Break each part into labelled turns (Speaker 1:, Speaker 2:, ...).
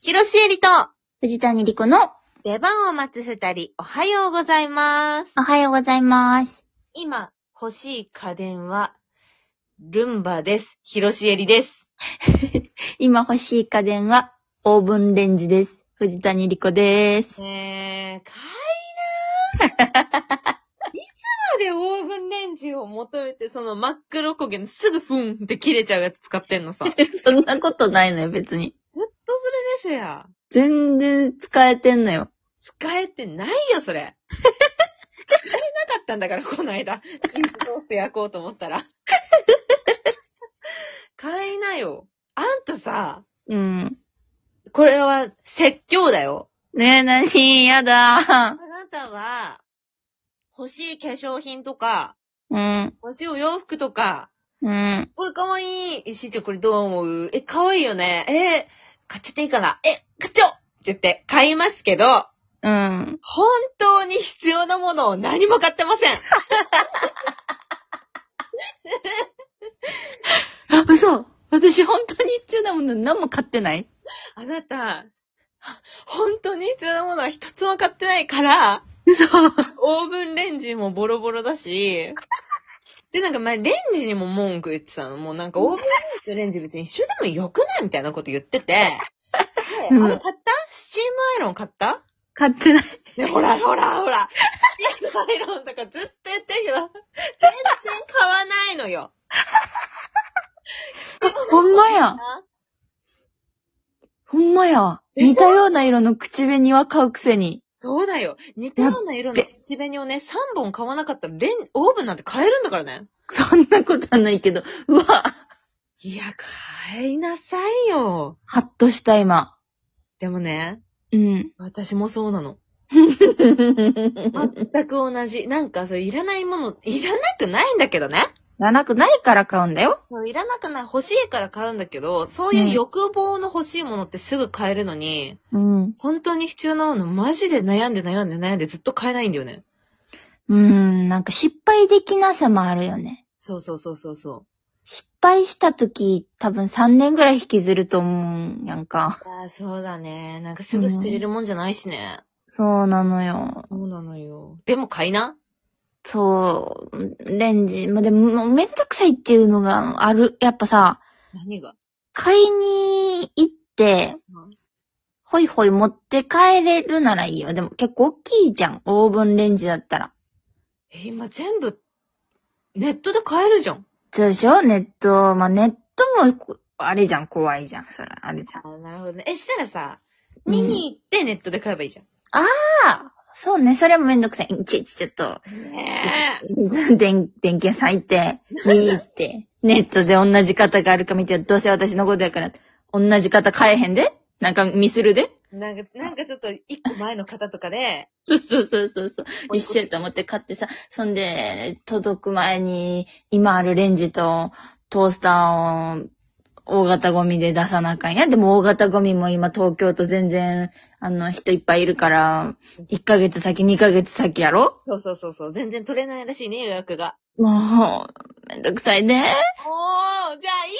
Speaker 1: ひろしえりと、
Speaker 2: 藤谷莉子の
Speaker 1: 出番を待つ二人、おはようございます。
Speaker 2: おはようございます。
Speaker 1: 今、欲しい家電は、ルンバです。ひろしえりです。
Speaker 2: 今欲しい家電はオーブンレンジです。藤谷莉子です。
Speaker 1: えー、かいなー。いつまでオーブンレンジを求めて、その真っ黒焦げのすぐふんって切れちゃうやつ使ってんの さ。ずっと
Speaker 2: そんなことないのよ、別に。
Speaker 1: それでしょや。
Speaker 2: 全然使えてんのよ。
Speaker 1: 使えてないよ、それ。使えなかったんだから、この間。チーズトースト焼こうと思ったら。買えなよ。あんたさ、
Speaker 2: うん。
Speaker 1: これは説教だよ。
Speaker 2: ねえ、なにやだ
Speaker 1: あなたは、欲しい化粧品とか、
Speaker 2: うん。
Speaker 1: 欲しいお洋服とか、
Speaker 2: うん。
Speaker 1: これかわいい。えしーちゃんこれどう思うえ、かわいいよね。え買っちゃっていいかなえ、買っちゃおうって言って買いますけど、
Speaker 2: うん。
Speaker 1: 本当に必要なものを何も買ってません。
Speaker 2: あ、嘘私本当に必要なもの何も買ってない
Speaker 1: あなた、本当に必要なものは一つも買ってないから、
Speaker 2: 嘘
Speaker 1: オーブンレンジもボロボロだし、で、なんか前、レンジにも文句言ってたの。もうなんか、オーブンレンジとレンジ別に一緒でもよくないみたいなこと言ってて。で
Speaker 2: うん
Speaker 1: あれ買ったスチームアイロン買った
Speaker 2: 買ってない。
Speaker 1: ね、ほらほらほら。スチームアイロンとかずっと言ってるけど、全然買わないのよ。
Speaker 2: ほんまや。
Speaker 1: あ
Speaker 2: ほんまや。
Speaker 1: でしょ
Speaker 2: 似たような色の口紅は買うくせに。
Speaker 1: そうだよ。似たような色の口紅をね、3本買わなかったら、レン、オーブンなんて買えるんだからね。
Speaker 2: そんなことはないけど。うわ。
Speaker 1: いや、買いなさいよ。
Speaker 2: ハッとした今。
Speaker 1: でもね、
Speaker 2: うん。
Speaker 1: 私もそうなの。全く同 じ。なんか、そう、いらないもの、いらなくないんだけどね。
Speaker 2: ななくないから買うんだよ。
Speaker 1: そう、いらなくない、欲しいから買うんだけど、そういう欲望の欲しいものってすぐ買えるのに、
Speaker 2: うん。
Speaker 1: 本当に必要なもの、マジで悩んで悩んで悩んでずっと買えないんだよね。
Speaker 2: うん、なんか失敗できなさもあるよね。
Speaker 1: そうそうそうそうそう。
Speaker 2: 失敗した時、多分3年ぐらい引きずると思うんやんか。
Speaker 1: ああ、そうだね。なんかすぐ捨てれるもんじゃないしね。
Speaker 2: そうなのよ。
Speaker 1: そうなのよ。でも買いな。
Speaker 2: そう、レンジ。まあ、でも、もうめんどくさいっていうのがある。やっぱさ、
Speaker 1: 何が
Speaker 2: 買いに行って
Speaker 1: うん、
Speaker 2: ホイホイ持って帰れるならいいよ。でも結構大きいじゃん。オーブンレンジだったら。
Speaker 1: え今全部、ネットで買えるじゃん。
Speaker 2: そうでしょネット、まあ、ネットもこ、あれじゃん。怖いじゃん。それ、あれじゃん。
Speaker 1: あなるほどね。え、したらさ、
Speaker 2: うん
Speaker 1: 見に行ってネットで買えばいいじゃ
Speaker 2: あそうね、それもめんどくさい。いちいちちょっと、
Speaker 1: ん。ねえ。
Speaker 2: 電、電気屋さん行って、見に行 って、ネットで同じ方があるか見て、どうせ私のことやから、同じ方買えへんでなんかミスるで
Speaker 1: なんか、なんかちょっと一個前の方とかで、
Speaker 2: そうそうそうそうそう。
Speaker 1: おい
Speaker 2: 一緒やと思って買ってさ、そんで、届く前に、今あるレンジと、トースターを、大型ゴミで出さなあかんやん。でも大型ゴミも今東京と全然、あの、人いっぱいいるから、1ヶ月先、2ヶ月先やろ
Speaker 1: そうそうそうそう、全然取れないらしいね、予約が。
Speaker 2: もう、めんどくさいね。
Speaker 1: おー、じゃあいいよ、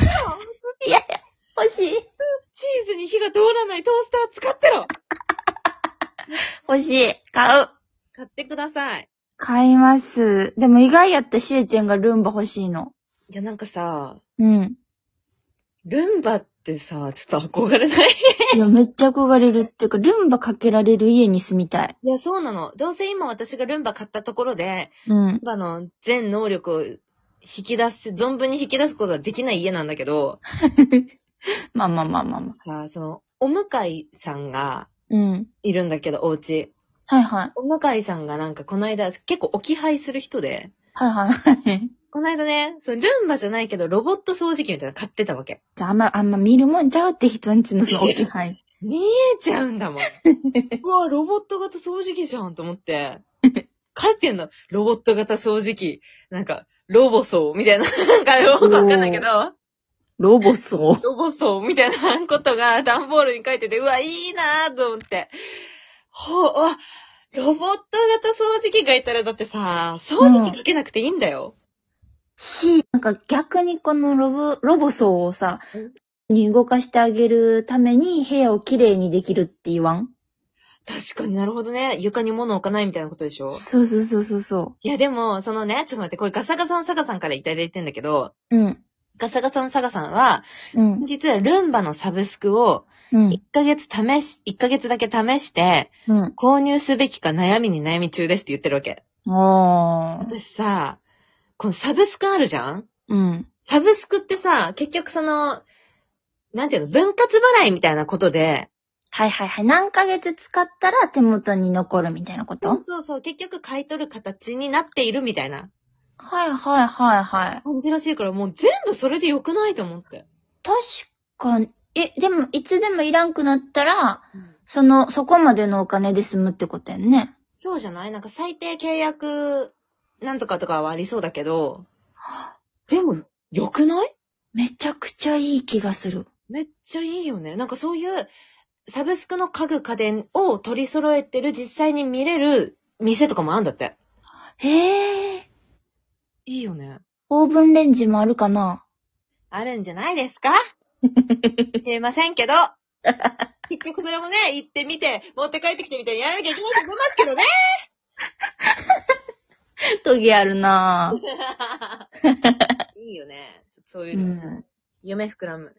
Speaker 1: それ使ってろ
Speaker 2: いやいや、欲しい。
Speaker 1: チーズに火が通らないトースター使ってろ
Speaker 2: 欲しい。買う。
Speaker 1: 買ってください。
Speaker 2: 買います。でも意外やったしえちゃんがルンバ欲しいの。
Speaker 1: いや、なんかさ、
Speaker 2: うん。
Speaker 1: ルンバってさ、ちょっと憧れない
Speaker 2: いや、めっちゃ憧れるっていうか、ルンバかけられる家に住みたい。
Speaker 1: いや、そうなの。どうせ今私がルンバ買ったところで、
Speaker 2: うん。
Speaker 1: ルンバの全能力を引き出す、存分に引き出すことができない家なんだけど、
Speaker 2: まあまあまあまあまあ。
Speaker 1: さあ、その、お向かいさんが
Speaker 2: うん。
Speaker 1: いるんだけど、お家。
Speaker 2: はいはい。
Speaker 1: お向かいさんがなんかこの間、結構置き配する人で、
Speaker 2: はいはい。
Speaker 1: この間ね、そのルンバじゃないけど、ロボット掃除機みたいなの買ってたわけ。
Speaker 2: じゃあ、あんま、あんま見るもんちゃうって人んちのその大きい範囲。
Speaker 1: 見えちゃうんだもん。うわ、ロボット型掃除機じゃんと思って。帰ってんのロボット型掃除機。なんか、ロボソーみたいな、なんかよくわかんないけど、
Speaker 2: ロボソ
Speaker 1: ロボソーみたいなことが段ボールに書いてて、うわ、いいなぁと思って。ほう、うわ、ロボット型掃除機がいたらだってさ、掃除機かけなくていいんだよ。
Speaker 2: し、なんか逆にこのロボ、ロボソをさ
Speaker 1: うん、
Speaker 2: に動かしてあげるために部屋をきれいにできるって言わん
Speaker 1: 確かになるほどね。床に物置かないみたいなことでしょ
Speaker 2: そうそうそうそうそ
Speaker 1: いや、でも、そのね、ちょっと待って、これガサガサのサガさんからいただいてんだけど、
Speaker 2: う。うん。
Speaker 1: ガサガサのサガさんは、
Speaker 2: うん。
Speaker 1: 実はルンバのサブスクを
Speaker 2: うん
Speaker 1: 1。ヶ月試し、1ヶ月だけ試して、
Speaker 2: うん。
Speaker 1: 購入すべきか悩みに悩み中ですって言ってるわけ。
Speaker 2: あー。
Speaker 1: 私さ、このサブスクあるじゃん
Speaker 2: うん。
Speaker 1: サブスクってさ、結局その、なんていうの、分割払いみたいなことで、
Speaker 2: はいはいはい。何ヶ月使ったら手元に残るみたいなこ
Speaker 1: そう
Speaker 2: と
Speaker 1: そうそう、結局買い取る形になっているみたいな
Speaker 2: はいはいはいはい。
Speaker 1: 感じらしいから、もう全部それで良くないと思って。
Speaker 2: 確かに、え、でも、いつでもいらんくなったら、その、そこまでのお金で済むってことやんね。
Speaker 1: そうじゃないなんか最低契約なんとかとかはありそうだけど、 でも、良くない
Speaker 2: めちゃくちゃいい気がする。
Speaker 1: めっちゃいいよね。なんかそういう、サブスクの家具家電を取り揃えてる実際に見れる店とかもあるんだって。
Speaker 2: へえ。
Speaker 1: いいよね。
Speaker 2: オーブンレンジもあるかな
Speaker 1: あるんじゃないですか知りません けど。結局それもね、行ってみて、持って帰ってきてみたいにやらなきゃいけないと思いますけどね。
Speaker 2: トゲあるな ぁ。
Speaker 1: いいよね。ちょっとそういううの、
Speaker 2: ん。
Speaker 1: 夢膨らむ。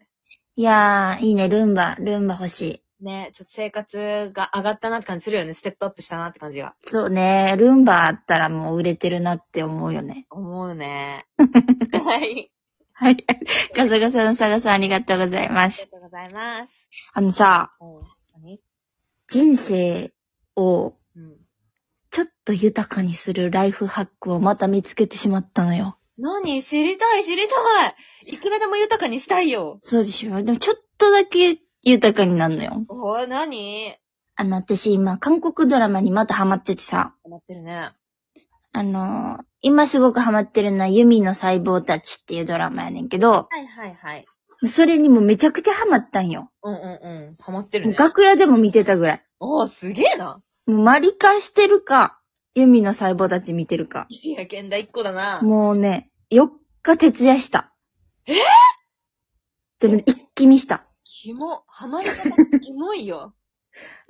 Speaker 2: いやー、いいね、ルンバ、ルンバ欲しい。
Speaker 1: ね、ちょっと生活が上がったなって感じするよね。ステップアップしたなって感じが。
Speaker 2: そうね、ルンバあったらもう売れてるなって思うよね。
Speaker 1: 思う ね。はい。
Speaker 2: はい。ガサガサのサガさんありがとうございま
Speaker 1: あり
Speaker 2: す。
Speaker 1: がとうございます。
Speaker 2: あのさ、
Speaker 1: うん。何
Speaker 2: 人生を
Speaker 1: うん。
Speaker 2: ちょっと豊かにするライフハックをまた見つけてしまったのよ。
Speaker 1: 何知りたい、知りたい。いくらでも豊かにしたいよ。
Speaker 2: そうでしょでもちょっとだけ豊かになるのよ。
Speaker 1: おい、何
Speaker 2: あの、私今、韓国ドラマにまたハマっててさ、
Speaker 1: ハマってるね。
Speaker 2: あのー今すごくハマってるのはユミの細胞たちっていうドラマやねんけど、
Speaker 1: はいはいはい。
Speaker 2: それにもめちゃくちゃハマったんよ。
Speaker 1: うんうんうん。ハマってる
Speaker 2: もう
Speaker 1: ね。
Speaker 2: 楽屋でも見てたぐらい。
Speaker 1: おー、すげえな。
Speaker 2: もうマリカしてるか、ユミの細胞たち見てるか。
Speaker 1: いや、現代一個だな。
Speaker 2: もうね、4日徹夜した。えでも一気にした。
Speaker 1: キモ。ハマり方、キモいよ。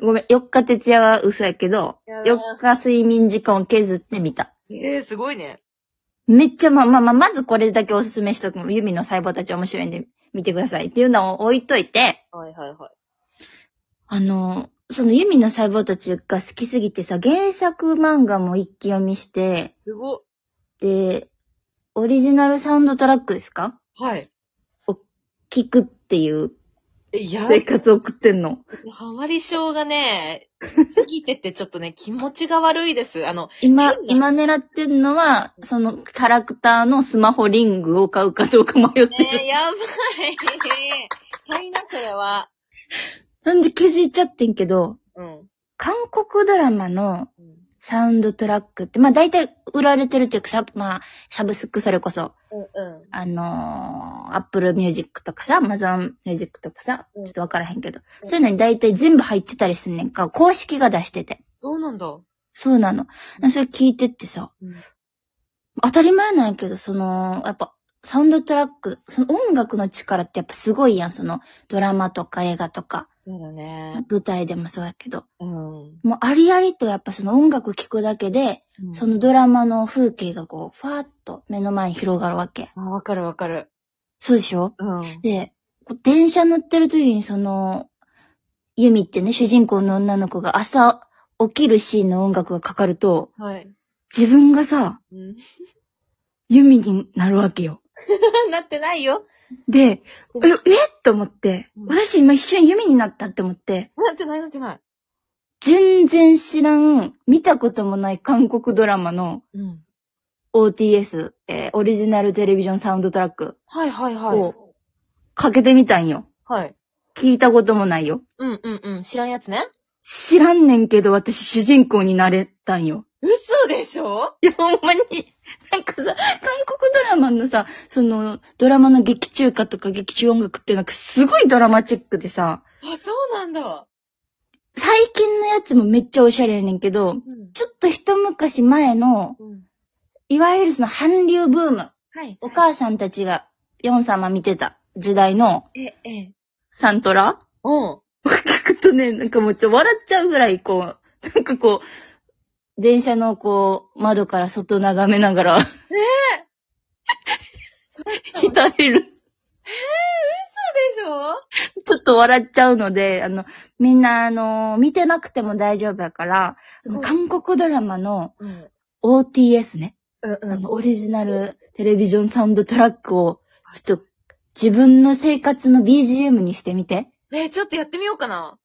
Speaker 2: ごめん、4日徹夜は嘘やけど、
Speaker 1: やだ
Speaker 2: 4日睡眠時間を削ってみた。
Speaker 1: ええー、すごいね。
Speaker 2: めっちゃ、まあまあまあ、まずこれだけおすすめしとく。ユミの細胞たち面白いんで見てくださいっていうのを置いといて、
Speaker 1: はいはいはい。
Speaker 2: あの、そのユミの細胞たちが好きすぎてさ、原作漫画も一気読みして、
Speaker 1: すご。
Speaker 2: で、オリジナルサウンドトラックですか
Speaker 1: はい。
Speaker 2: 聞くっていう
Speaker 1: え、や
Speaker 2: 生活を送ってんの。
Speaker 1: ハマり症が ね、過ぎててちょっとね、気持ちが悪いです。あの、
Speaker 2: 今
Speaker 1: 変、な
Speaker 2: 今狙ってんのは、そのキャラクターのスマホリングを買うかどうか迷って
Speaker 1: え
Speaker 2: る。
Speaker 1: ー、やばい。買いな、それは。
Speaker 2: なんで気づいちゃってんけど、
Speaker 1: うん。
Speaker 2: 韓国ドラマの
Speaker 1: うん。
Speaker 2: サウンドトラックって、まあ大体売られてるっていうか、サブまあ、サブスクそれこそ、
Speaker 1: うん。
Speaker 2: あのー、Apple Music とかさ、Amazon Music とかさ、ち
Speaker 1: う
Speaker 2: ょ
Speaker 1: ん
Speaker 2: っとわからへんけど、
Speaker 1: うん
Speaker 2: そういうのに大体全部入ってたりすんねんか、公式が出してて。
Speaker 1: そうなんだ。う
Speaker 2: そうなの。それ聞いてってさ、
Speaker 1: ん。
Speaker 2: 当たり前なんやけど、その、やっぱ、サウンドトラック、その音楽の力ってやっぱすごいやん、その、ドラマとか映画とか、
Speaker 1: そうだね。
Speaker 2: 舞台でもそうやけど、
Speaker 1: うん。
Speaker 2: もうありありとやっぱその音楽聴くだけで、そのドラマの風景がこう、ファーっと目の前に広がるわけ。
Speaker 1: あ、わかるわかる。
Speaker 2: そうでしょ
Speaker 1: うん。
Speaker 2: で、こう電車乗ってる時にその、ユミってね、主人公の女の子が朝起きるシーンの音楽がかかると、
Speaker 1: はい。
Speaker 2: 自分がさ、
Speaker 1: うん。
Speaker 2: ユミになるわけよ。
Speaker 1: なってない よ。
Speaker 2: で、
Speaker 1: うん
Speaker 2: え、えと思って、
Speaker 1: うん
Speaker 2: 私今一瞬ユミになったって思って、
Speaker 1: なってないなってない。
Speaker 2: 全然知らん、見たこともない韓国ドラマの
Speaker 1: うん。
Speaker 2: OTS、えーオリジナルテレビジョンサウンドトラック
Speaker 1: はいはいはい。
Speaker 2: をかけてみたんよ。
Speaker 1: はい。
Speaker 2: 聞いたこともないよ。
Speaker 1: うんうんうん。知らんやつね。
Speaker 2: 知らんねんけど、私主人公になれたんよ。
Speaker 1: 嘘でしょ
Speaker 2: いや、ほんまに。なんかさ、韓国ドラマのさ、その、ドラマの劇中歌とか劇中音楽ってなんかすごいドラマチックでさ、
Speaker 1: あ、そうなんだ。
Speaker 2: 最近のやつもめっちゃオシャレやねんけど、
Speaker 1: うん。
Speaker 2: ちょっと一昔前の、
Speaker 1: うん。
Speaker 2: いわゆるその韓流ブーム、
Speaker 1: はい。
Speaker 2: お母さんたちが、ヨン様見てた時代の
Speaker 1: え、え、
Speaker 2: サントラ
Speaker 1: うん。
Speaker 2: 聞くとね、なんかもうちょっと笑っちゃうぐらい、こう、なんかこう、電車のこう、窓から外眺めなが ら、浸れる。
Speaker 1: そうでしょ
Speaker 2: ちょっと笑っちゃうので、あの、みんな、あの、見てなくても大丈夫やから、
Speaker 1: すごい。
Speaker 2: 韓国ドラマの
Speaker 1: うん。
Speaker 2: OTS ね、
Speaker 1: うんう
Speaker 2: あ
Speaker 1: ん。
Speaker 2: の、オリジナルテレビジョンサウンドトラックを、ちょっと、自分の生活の BGM にしてみて。
Speaker 1: え、ちょっとやってみようかな。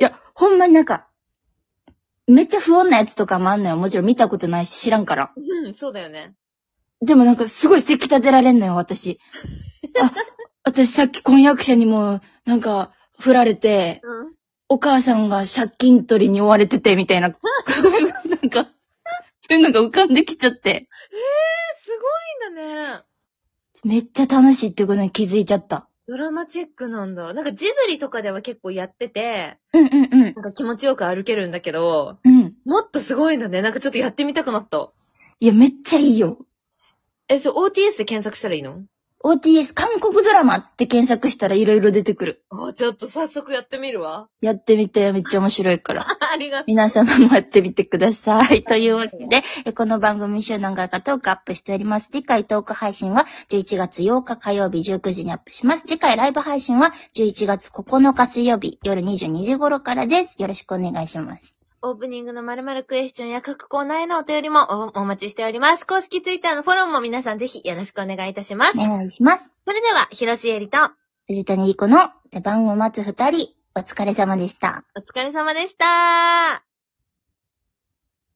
Speaker 2: いや、ほんまになんか、めっちゃ不穏なやつとかもあんのよ。もちろん見たことないし知らんから。
Speaker 1: うん、そうだよね。
Speaker 2: でもなんかすごいせき立てられんのよ、私。 あ、私さっき婚約者にも、なんか、振られて、
Speaker 1: うん。
Speaker 2: お母さんが借金取りに追われてて、みたいな。 なんか、そういうのが浮かんできちゃって。
Speaker 1: え、すごいんだね。
Speaker 2: めっちゃ楽しいってことに気づいちゃった。
Speaker 1: ドラマチックなんだ。なんかジブリとかでは結構やってて、
Speaker 2: うんうんうん。
Speaker 1: なんか気持ちよく歩けるんだけど、
Speaker 2: うん。
Speaker 1: もっとすごいんだね。なんかちょっとやってみたくなった。
Speaker 2: いや、めっちゃいいよ。
Speaker 1: え、そう、OTS で検索したらいいの
Speaker 2: OTS 韓国ドラマって検索したらいろいろ出てくる。
Speaker 1: あ、ちょっと早速やってみるわ。
Speaker 2: やってみて、めっちゃ面白いから。
Speaker 1: ありがとう。
Speaker 2: 皆様もやってみてください。 というわけで、えこの番組週何回かトークアップしております。次回トーク配信は11月8日火曜日19時にアップします。次回ライブ配信は11月9日水曜日夜22時頃からです。よろしくお願いします。
Speaker 1: オープニングの〇〇クエスチョンや各コーナーへのお便りもおお待ちしております。公式ツイッターのフォローも皆さんぜひよろしくお願いいたします。
Speaker 2: お願いします。
Speaker 1: それでは、ひろしえりと、
Speaker 2: 藤谷莉子の出番を待つ二人、お疲れ様でした。
Speaker 1: お疲れ様でした